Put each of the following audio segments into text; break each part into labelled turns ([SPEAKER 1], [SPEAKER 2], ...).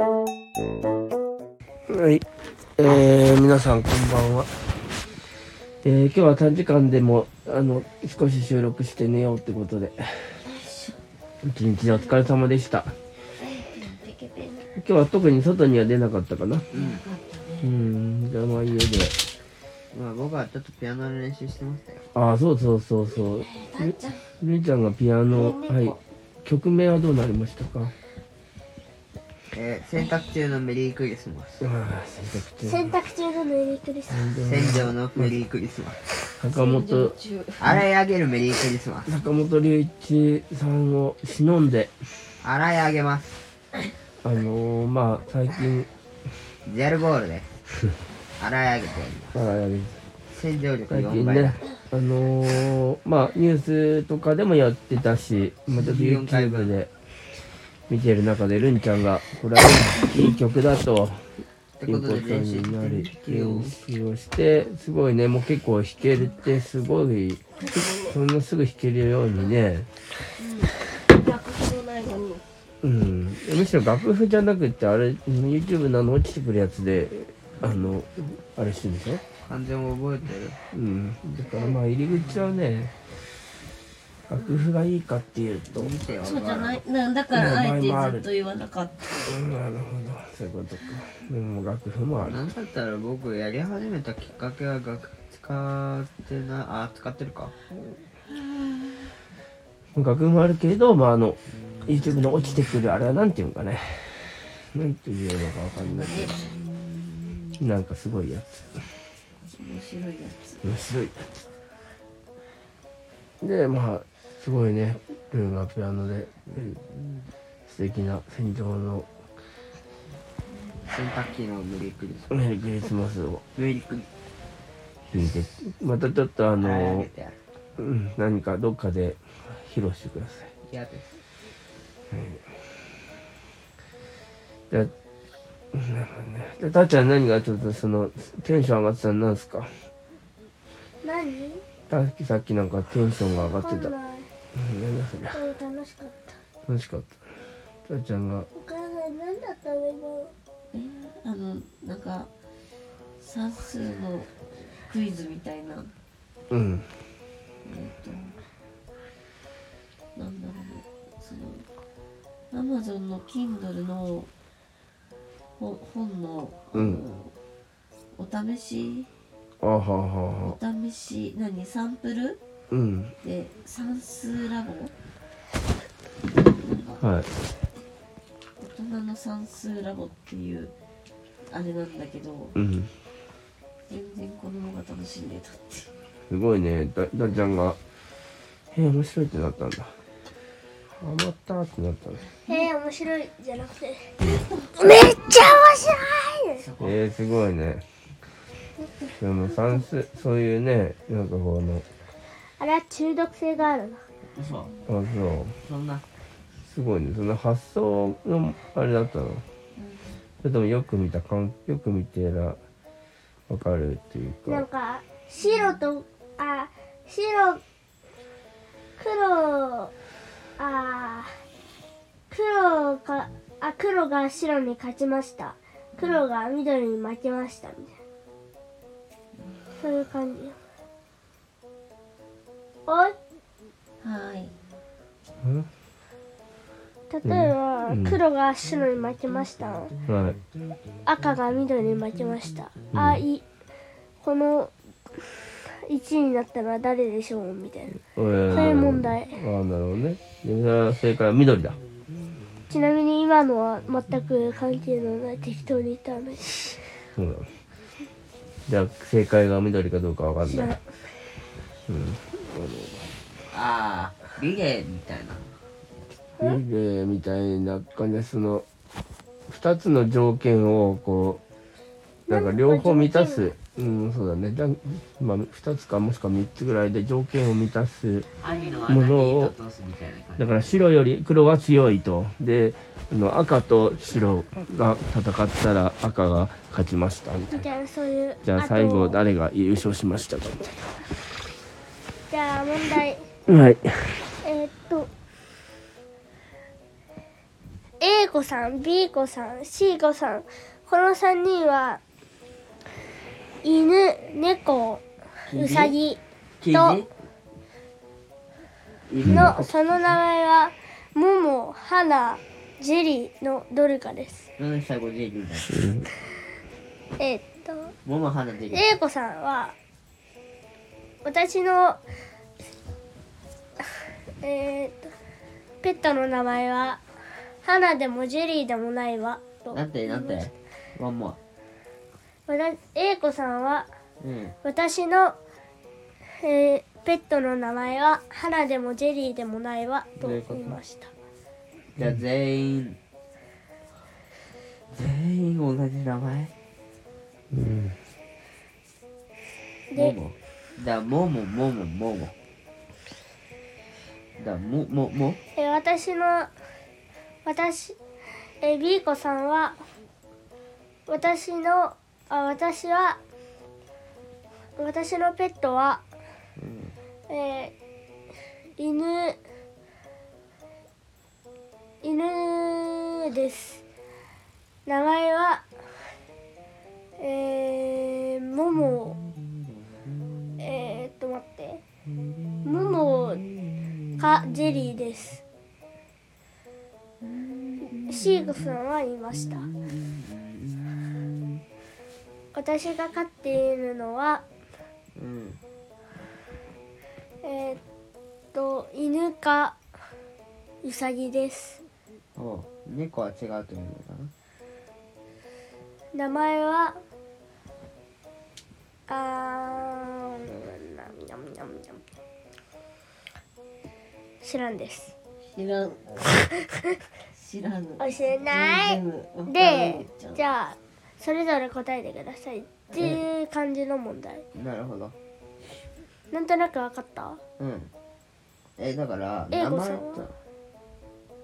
[SPEAKER 1] はい、えー、皆さんこんばんは。えー、今日は短時間でもあの少し収録して寝ようってことで、一日お疲れ様でした。今日は特に外には出なかったかな。うん、じゃあまあ家で。
[SPEAKER 2] まあ僕はちょっとピアノの練習してましたよ。
[SPEAKER 1] ああ、そうそうそうそう。
[SPEAKER 3] たっちゃん
[SPEAKER 1] ゆりちゃんがピアノ、はい。曲名はどうなりましたか
[SPEAKER 2] えー、洗濯中のメリークリスマス。
[SPEAKER 1] ああ、選択中。
[SPEAKER 3] 洗濯中のメリークリスマ
[SPEAKER 2] 戦場のメリークリスマス。
[SPEAKER 1] 坂本、
[SPEAKER 2] 洗い上げるメリークリスマス。
[SPEAKER 1] 坂本龍一さんを忍んで、
[SPEAKER 2] 洗い上げます。
[SPEAKER 1] あのー、まあ最近、
[SPEAKER 2] ジェルボールです。洗い上げて、
[SPEAKER 1] ああ、
[SPEAKER 2] 洗浄力
[SPEAKER 1] 最
[SPEAKER 2] 4
[SPEAKER 1] 近
[SPEAKER 2] 倍
[SPEAKER 1] ね
[SPEAKER 2] だ。、
[SPEAKER 1] あのー、まあニュースとかでもやってたし、まあ、ちょっと YouTube で見てる中でるんちゃんが、これはいい曲だと。
[SPEAKER 2] って
[SPEAKER 1] いう
[SPEAKER 2] こ
[SPEAKER 1] ことと
[SPEAKER 2] で練習
[SPEAKER 1] になり
[SPEAKER 2] して
[SPEAKER 1] 練習をしてすごいねもう結構弾けるってすごいそんなすぐ弾けるようにね
[SPEAKER 3] ス。楽譜のないのに。
[SPEAKER 1] うんむしろ楽譜じゃなくてあれ YouTube のあの落ちてくるやつであのあれしてるでしょ
[SPEAKER 2] 完全に覚えてる。
[SPEAKER 1] うんだからまあ入り口はね楽譜がいいかっていうと、うん、
[SPEAKER 2] 見てよ。
[SPEAKER 3] そうじゃない。なんだからあえてずっと言わなかっ
[SPEAKER 1] なるほどそういうことかでも楽譜もある
[SPEAKER 2] なんだったら僕やり始めたきっかけは楽使ってな、あ、使ってるか。
[SPEAKER 1] 楽譜もあるけれどまああの YouTube の落ちてくるあれはなんていうのかねなんていうのかわかんないけどなんかすごいやつ
[SPEAKER 3] た。面白いやつ。
[SPEAKER 1] 面白いやつでまあすごいねルーがピアノで、うん素敵な戦場の
[SPEAKER 2] 洗濯機のメリークリスマ
[SPEAKER 1] メリークリスマスを
[SPEAKER 2] ス。メリークリ
[SPEAKER 1] 弾いてまたちょっとあ
[SPEAKER 2] スマス。洗い上
[SPEAKER 1] の
[SPEAKER 2] げ、てやる。
[SPEAKER 1] うん、何かどっかで披露してください
[SPEAKER 2] 嫌です。
[SPEAKER 1] じゃあなるほどねじゃあたっちゃん何がちょっとそのテンション上がってたのなんですか
[SPEAKER 3] 何？
[SPEAKER 1] さっきさっきなんかテンションが上がってた。うん、
[SPEAKER 3] ない。
[SPEAKER 1] なんだそりゃ。
[SPEAKER 3] 楽しかった。
[SPEAKER 1] 楽しかった。たーちゃんが、
[SPEAKER 3] お母さん何だったの今？
[SPEAKER 4] あのなんか算数のクイズみたいな、
[SPEAKER 1] うん、
[SPEAKER 4] えっとなんだろうねそのアマゾンの Kindle のほ本の、
[SPEAKER 1] うん
[SPEAKER 4] あのお試し
[SPEAKER 1] あははは
[SPEAKER 4] お試し何サンプル
[SPEAKER 1] うん、
[SPEAKER 4] で算数ラボ
[SPEAKER 1] はい。
[SPEAKER 4] 大人の算数ラボっていうあれなんだけど
[SPEAKER 1] うん、
[SPEAKER 4] 全然子供が楽しんでたってい
[SPEAKER 1] す
[SPEAKER 4] う
[SPEAKER 1] ごいね。たたーちゃんが、へえ、面白いってなったんだ。ハマったーってなったね。
[SPEAKER 3] へえ面白いじゃなくて。めっちゃ面白いです。
[SPEAKER 1] えー、すごいね。その算数、そういうね、なんかこの、
[SPEAKER 3] あれは中毒性があるな。
[SPEAKER 2] 嘘。
[SPEAKER 1] あ、そう。
[SPEAKER 2] そんな。
[SPEAKER 1] すごいね。その発想の、あれだったの。それともよく見たかん、よく見てら、わかるっていうか。
[SPEAKER 3] なんか白とあ白黒あ黒かあ黒が白に勝ちました黒が緑に負けましたみたいなそういう感じおい
[SPEAKER 4] はい
[SPEAKER 1] うん
[SPEAKER 3] 例えば、
[SPEAKER 1] うん
[SPEAKER 3] 黒が白に負けました
[SPEAKER 1] はい。
[SPEAKER 3] 赤が緑に負けました、あいこの1位になったのは誰でしょうみたいな
[SPEAKER 1] そうい
[SPEAKER 3] そういう問題
[SPEAKER 1] ああ、なるほどね。で、それは正解は緑だ。
[SPEAKER 3] ちなみに今のは全く関係のない適当に言った話です。
[SPEAKER 1] そうだ。じゃあ、正解が緑かどうかわかん
[SPEAKER 3] 知ら
[SPEAKER 1] ない。
[SPEAKER 3] ない
[SPEAKER 2] ああ、ビゲみたいな。
[SPEAKER 1] 緑みたいな感じで、その、二つの条件を、こう、なんか両方満たす。うん、そうだね。じゃあまあ、二つかもしくは三つぐらいで条件を満たす。
[SPEAKER 2] 兄の
[SPEAKER 1] 穴に糸
[SPEAKER 2] 通すみたいな感
[SPEAKER 1] だから白より黒は強いと。で、あの赤と白が戦ったら赤が勝ちましたみたい
[SPEAKER 3] み
[SPEAKER 1] な。
[SPEAKER 3] たいなそういう。
[SPEAKER 1] じゃあ最後
[SPEAKER 3] と
[SPEAKER 1] 誰が優勝しましたかみたいな。
[SPEAKER 3] じゃあ問題。
[SPEAKER 1] はい。
[SPEAKER 3] えーっと、 A 子さん B 子さん C 子さんこの3人は犬猫うさぎ
[SPEAKER 1] キ
[SPEAKER 3] と
[SPEAKER 1] ジ犬
[SPEAKER 3] のその名前はもも花ジェリーのどれかです
[SPEAKER 2] なんで最後ジェリーだ
[SPEAKER 3] えーっと
[SPEAKER 2] もも花ジェリー
[SPEAKER 3] A 子さんは私のえーっとペットの名前は花でもジェリーでもないわと
[SPEAKER 2] なんてなんてワンモア
[SPEAKER 3] わた A 子さんは
[SPEAKER 2] うん
[SPEAKER 3] 私の、えーペットの名前は花でもジェリーでもないわと言いました
[SPEAKER 2] じゃあ全員全員同じ名前
[SPEAKER 1] うん
[SPEAKER 2] も
[SPEAKER 3] で
[SPEAKER 2] もだももももももだももも
[SPEAKER 3] えー私の私えー、B 子さんは私のあ私は私のペットは、えー犬犬です名前はえー、ももえー、っと待ってももかジェリーです。シーグさんは言いました。私が飼っているのは、
[SPEAKER 2] うん
[SPEAKER 3] えーっと犬かウサギです。
[SPEAKER 2] おう猫は違うというのかな
[SPEAKER 3] 名前はあーにゃんにゃんにゃん知らんです。
[SPEAKER 4] 知らん 知らぬ
[SPEAKER 3] 教えない。で、じゃあそれぞれ答えてくださいっていう感じの問題。
[SPEAKER 2] なるほど
[SPEAKER 3] なんとなくわかった
[SPEAKER 2] うんえだから
[SPEAKER 3] 英
[SPEAKER 2] 名
[SPEAKER 3] 語
[SPEAKER 2] 前
[SPEAKER 3] さん
[SPEAKER 2] と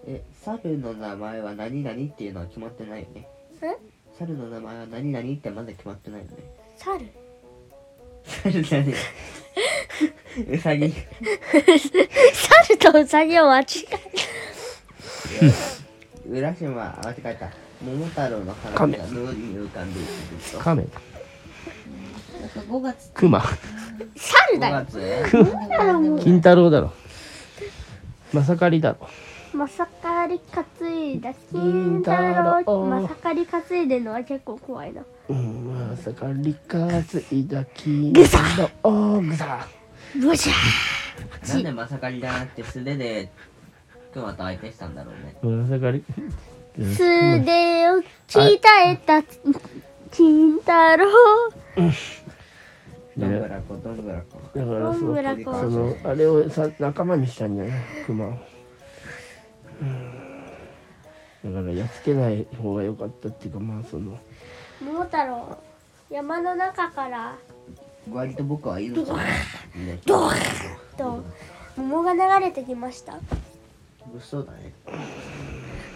[SPEAKER 2] え猿の名前は何々っていうのは決まってないよね
[SPEAKER 3] え
[SPEAKER 2] 猿の名前は何々ってまだ決まってないよね
[SPEAKER 3] 猿
[SPEAKER 2] 猿じゃねえうさぎ
[SPEAKER 3] 猿とウサギを間違
[SPEAKER 2] 浦島あ間違えた桃太郎の花
[SPEAKER 1] 亀
[SPEAKER 2] が脳裏に浮かんでいるずっと
[SPEAKER 1] カメ
[SPEAKER 4] なんか5月
[SPEAKER 1] クマ
[SPEAKER 3] え猿
[SPEAKER 2] 5
[SPEAKER 3] だよ
[SPEAKER 2] 月
[SPEAKER 1] 金太郎だろまさかりだろ
[SPEAKER 3] まさかり担いだ金太郎まさかり担いでるのは結構怖いな
[SPEAKER 1] うんまさかりかついだ金太郎ぐさ
[SPEAKER 3] ブシャ
[SPEAKER 2] なんでまさかりじゃなくて素手で熊と相手したんだろうね
[SPEAKER 1] まさかり
[SPEAKER 3] ー素手を鍛えた金太郎
[SPEAKER 2] どんぶらこどんぶらこ
[SPEAKER 1] だから
[SPEAKER 3] ど
[SPEAKER 1] そ
[SPEAKER 3] んぶ
[SPEAKER 1] の
[SPEAKER 3] ら
[SPEAKER 2] そ
[SPEAKER 1] そ
[SPEAKER 3] こ
[SPEAKER 1] のあれをさ仲間にしたんじゃないクマを、うん、だからやっつけない方が良かったっていうかまあその
[SPEAKER 3] 桃太郎山の中から
[SPEAKER 2] 割と僕はいいのかなね
[SPEAKER 3] と桃が流れてきました
[SPEAKER 2] 物騒だね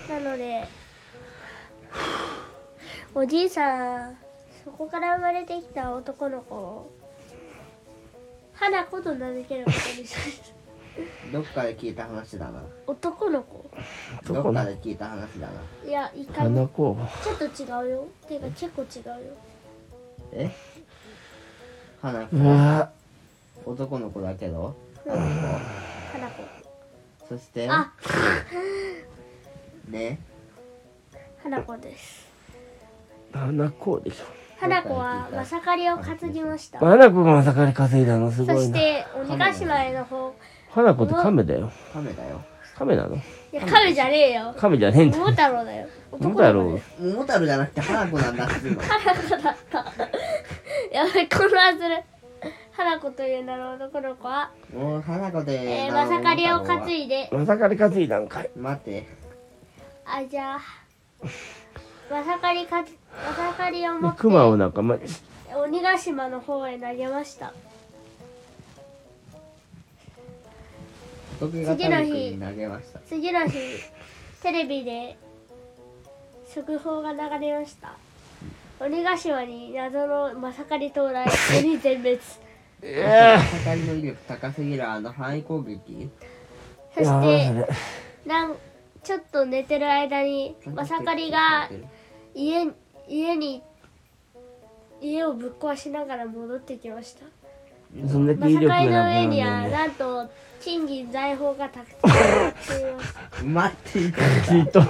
[SPEAKER 3] なのでおじいさんそこから生まれてきた男の子を花子と名付けることにしま した
[SPEAKER 2] どっかで聞いた話だな
[SPEAKER 3] 男の子
[SPEAKER 2] ど
[SPEAKER 1] ど
[SPEAKER 2] こ
[SPEAKER 1] こ
[SPEAKER 2] か
[SPEAKER 1] の
[SPEAKER 2] で聞いた話だない
[SPEAKER 3] やいか
[SPEAKER 1] 花
[SPEAKER 3] に
[SPEAKER 1] 子
[SPEAKER 3] ちょっと違うよていうか結構違うよ
[SPEAKER 2] え花子
[SPEAKER 1] うわ
[SPEAKER 2] 男の子だけど
[SPEAKER 3] 花子
[SPEAKER 2] そして
[SPEAKER 3] あ
[SPEAKER 2] ね
[SPEAKER 3] 花子です
[SPEAKER 1] ー花子でし
[SPEAKER 3] 花子はまさかりを担ぎました
[SPEAKER 1] ょ花子がまさかり稼いだのす
[SPEAKER 3] そ
[SPEAKER 1] ごい
[SPEAKER 3] し
[SPEAKER 1] な
[SPEAKER 3] て鬼ヶ島への方
[SPEAKER 1] 花子って亀だよ
[SPEAKER 2] 亀だよ
[SPEAKER 1] 亀なの
[SPEAKER 3] いや亀じゃねえよ
[SPEAKER 1] 亀じゃねえんだ
[SPEAKER 3] 桃太郎だ
[SPEAKER 1] な
[SPEAKER 3] よ男
[SPEAKER 1] んだ
[SPEAKER 3] の子
[SPEAKER 1] ろ
[SPEAKER 3] で
[SPEAKER 1] う
[SPEAKER 3] す
[SPEAKER 2] 桃太郎じゃなくて花子 なんだっつうの
[SPEAKER 3] やばいこのはずれ花子という名の男の子は
[SPEAKER 2] もう花子で
[SPEAKER 3] えー、まさかりを担いで、
[SPEAKER 1] まさかり担いだんかい
[SPEAKER 2] 待って
[SPEAKER 3] あ、じゃあ、まさかりか、まさかりを持
[SPEAKER 1] で
[SPEAKER 3] っ
[SPEAKER 1] 熊を
[SPEAKER 3] て、
[SPEAKER 1] 仲間に
[SPEAKER 3] 鬼ヶ島の方へ投げました。
[SPEAKER 2] 僕が
[SPEAKER 3] 次の
[SPEAKER 2] タ
[SPEAKER 3] 日
[SPEAKER 2] リ君に投げました
[SPEAKER 3] 次の日、テレビで速報が流れました。鬼ヶ島に謎のまさかり到来、鬼全滅。
[SPEAKER 1] え
[SPEAKER 2] まさかりの威力高すぎるあの範囲攻撃
[SPEAKER 3] そし
[SPEAKER 1] やばい
[SPEAKER 3] て
[SPEAKER 1] そ、れ
[SPEAKER 3] なんちょっと寝てる間にまさかりが家家に家をぶっ壊しながら戻ってきました
[SPEAKER 1] そんだ
[SPEAKER 3] ま
[SPEAKER 1] け威
[SPEAKER 3] さ
[SPEAKER 1] 力が
[SPEAKER 3] かりの
[SPEAKER 1] な
[SPEAKER 3] 上
[SPEAKER 1] く
[SPEAKER 3] に
[SPEAKER 1] な
[SPEAKER 3] は
[SPEAKER 1] る
[SPEAKER 3] なんと金銀財宝がたくさん乗ってい ました
[SPEAKER 2] 待っていた
[SPEAKER 1] チート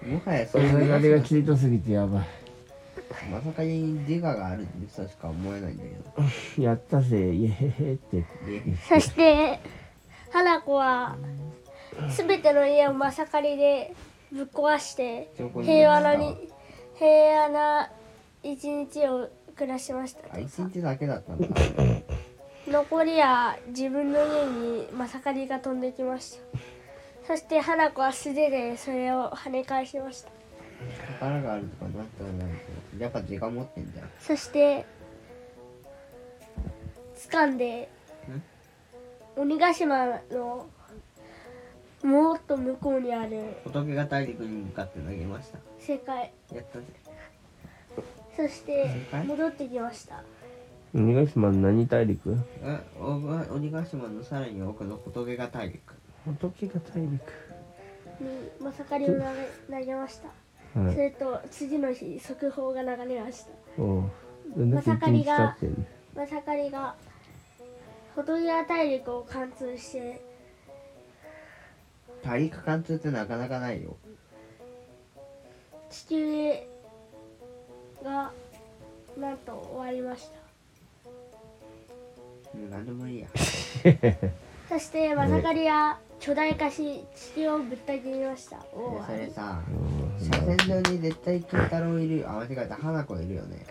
[SPEAKER 2] もはやそ
[SPEAKER 1] そ
[SPEAKER 2] れ
[SPEAKER 1] れが
[SPEAKER 2] が
[SPEAKER 1] あ れがチートすぎてやば
[SPEAKER 2] まさかにデカがあるってさしか思えないんだけど
[SPEAKER 1] いやったぜイエヘヘって
[SPEAKER 2] で
[SPEAKER 3] そして花子は全ての家をまさかりでぶっ壊して平和なに平和な一日を暮らしました
[SPEAKER 2] あ一日だけだったんだ
[SPEAKER 3] 残りは自分の家にマサカリが飛んできましたそして花子は素手でそれを跳ね返しました
[SPEAKER 2] 宝があるとかなったらないけどやっぱデカ持ってんじゃん
[SPEAKER 3] そして掴んで鬼ヶ島のもっと向こうにある
[SPEAKER 2] 仏が大陸に向かって投げました
[SPEAKER 3] 世界
[SPEAKER 2] やったぜ
[SPEAKER 3] そして戻ってきました
[SPEAKER 1] 鬼ヶ島の何大陸
[SPEAKER 2] えお鬼ヶ島のさらに奥の仏が大陸
[SPEAKER 1] 仏が大陸
[SPEAKER 3] にマサカリを投げ投げました
[SPEAKER 1] は
[SPEAKER 3] す
[SPEAKER 1] い
[SPEAKER 3] ると次の日速報が流れました
[SPEAKER 1] おうどんだけ一日経ってんの
[SPEAKER 3] まさかりが仏や大陸を貫通して
[SPEAKER 2] 大陸貫通ってなかなかないよ
[SPEAKER 3] 地球がなんと終わりまし
[SPEAKER 2] もう何でもいいや
[SPEAKER 3] たそしてまさかりは巨大化し地球をぶった切りました
[SPEAKER 2] い
[SPEAKER 3] お
[SPEAKER 2] やそれ
[SPEAKER 3] ー
[SPEAKER 2] さ車線上に絶対金太郎いるよあ間違えた花子いるよね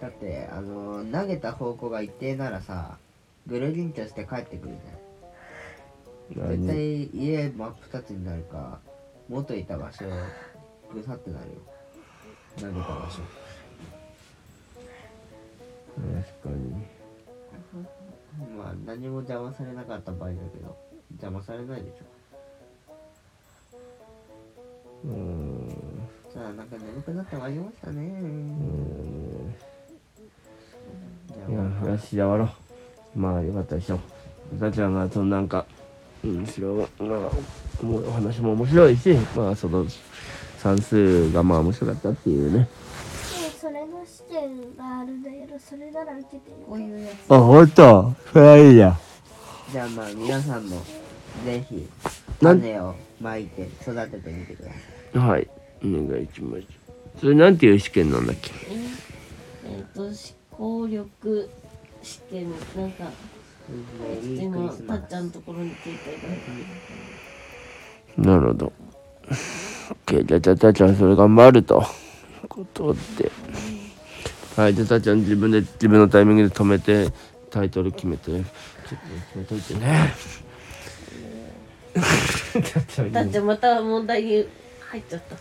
[SPEAKER 2] だってあの投げた方向が一定ならさぐるりんとして帰ってくるじゃん
[SPEAKER 1] 何
[SPEAKER 2] 絶対家真っ二つになるか元いた場所ぐさってなるよ投げた場所
[SPEAKER 1] 確かに
[SPEAKER 2] まあ何も邪魔されなかった場合だけど邪魔されないでしょ
[SPEAKER 1] うーん
[SPEAKER 2] さあなんか眠くなってまいりましたねじゃあ
[SPEAKER 1] いや
[SPEAKER 2] ま
[SPEAKER 1] よし終わろうまあよかったでしょさちゃんがそのなんかうんしろなんかもうお話も面白いしまあその算数がまあ面白かったっていうね
[SPEAKER 3] でそれの試験があるんだけどそれなら受けて
[SPEAKER 4] こういうやつ
[SPEAKER 1] あ本当それはいいや
[SPEAKER 2] あじゃあまあ皆さんもぜひ
[SPEAKER 1] なん
[SPEAKER 2] 種をまいて育ててみてください
[SPEAKER 1] はいお願いしますそれなんていう試験なんだっけ
[SPEAKER 4] えっ、と思考力試験なんか
[SPEAKER 2] メリー
[SPEAKER 4] 今
[SPEAKER 2] クリス
[SPEAKER 4] た
[SPEAKER 2] マ
[SPEAKER 4] っちゃんのところについてる
[SPEAKER 1] なるほど OK じゃあじゃあたっちゃんそれ頑張るということではいじゃあたっちゃん自分で自分のタイミングで止めてタイトル決めてちょっと決めといてね たっちゃん
[SPEAKER 4] たっちゃんまた問題に入っちゃった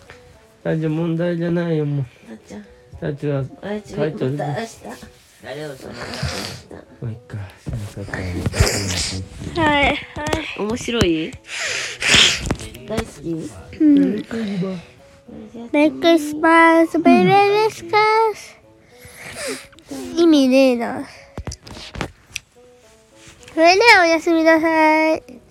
[SPEAKER 1] 大丈夫問題じゃないよもう
[SPEAKER 4] たっちゃん
[SPEAKER 1] たっちゃん
[SPEAKER 4] おやすみ
[SPEAKER 1] タ
[SPEAKER 4] ま
[SPEAKER 1] イ
[SPEAKER 4] た
[SPEAKER 1] ト
[SPEAKER 4] 明
[SPEAKER 1] ル
[SPEAKER 4] 日
[SPEAKER 2] 大丈夫です
[SPEAKER 1] もういっか
[SPEAKER 3] はいはい
[SPEAKER 4] 面白い大好き
[SPEAKER 3] ネクスパースベベですか意味ねえなそれではおやすみなさい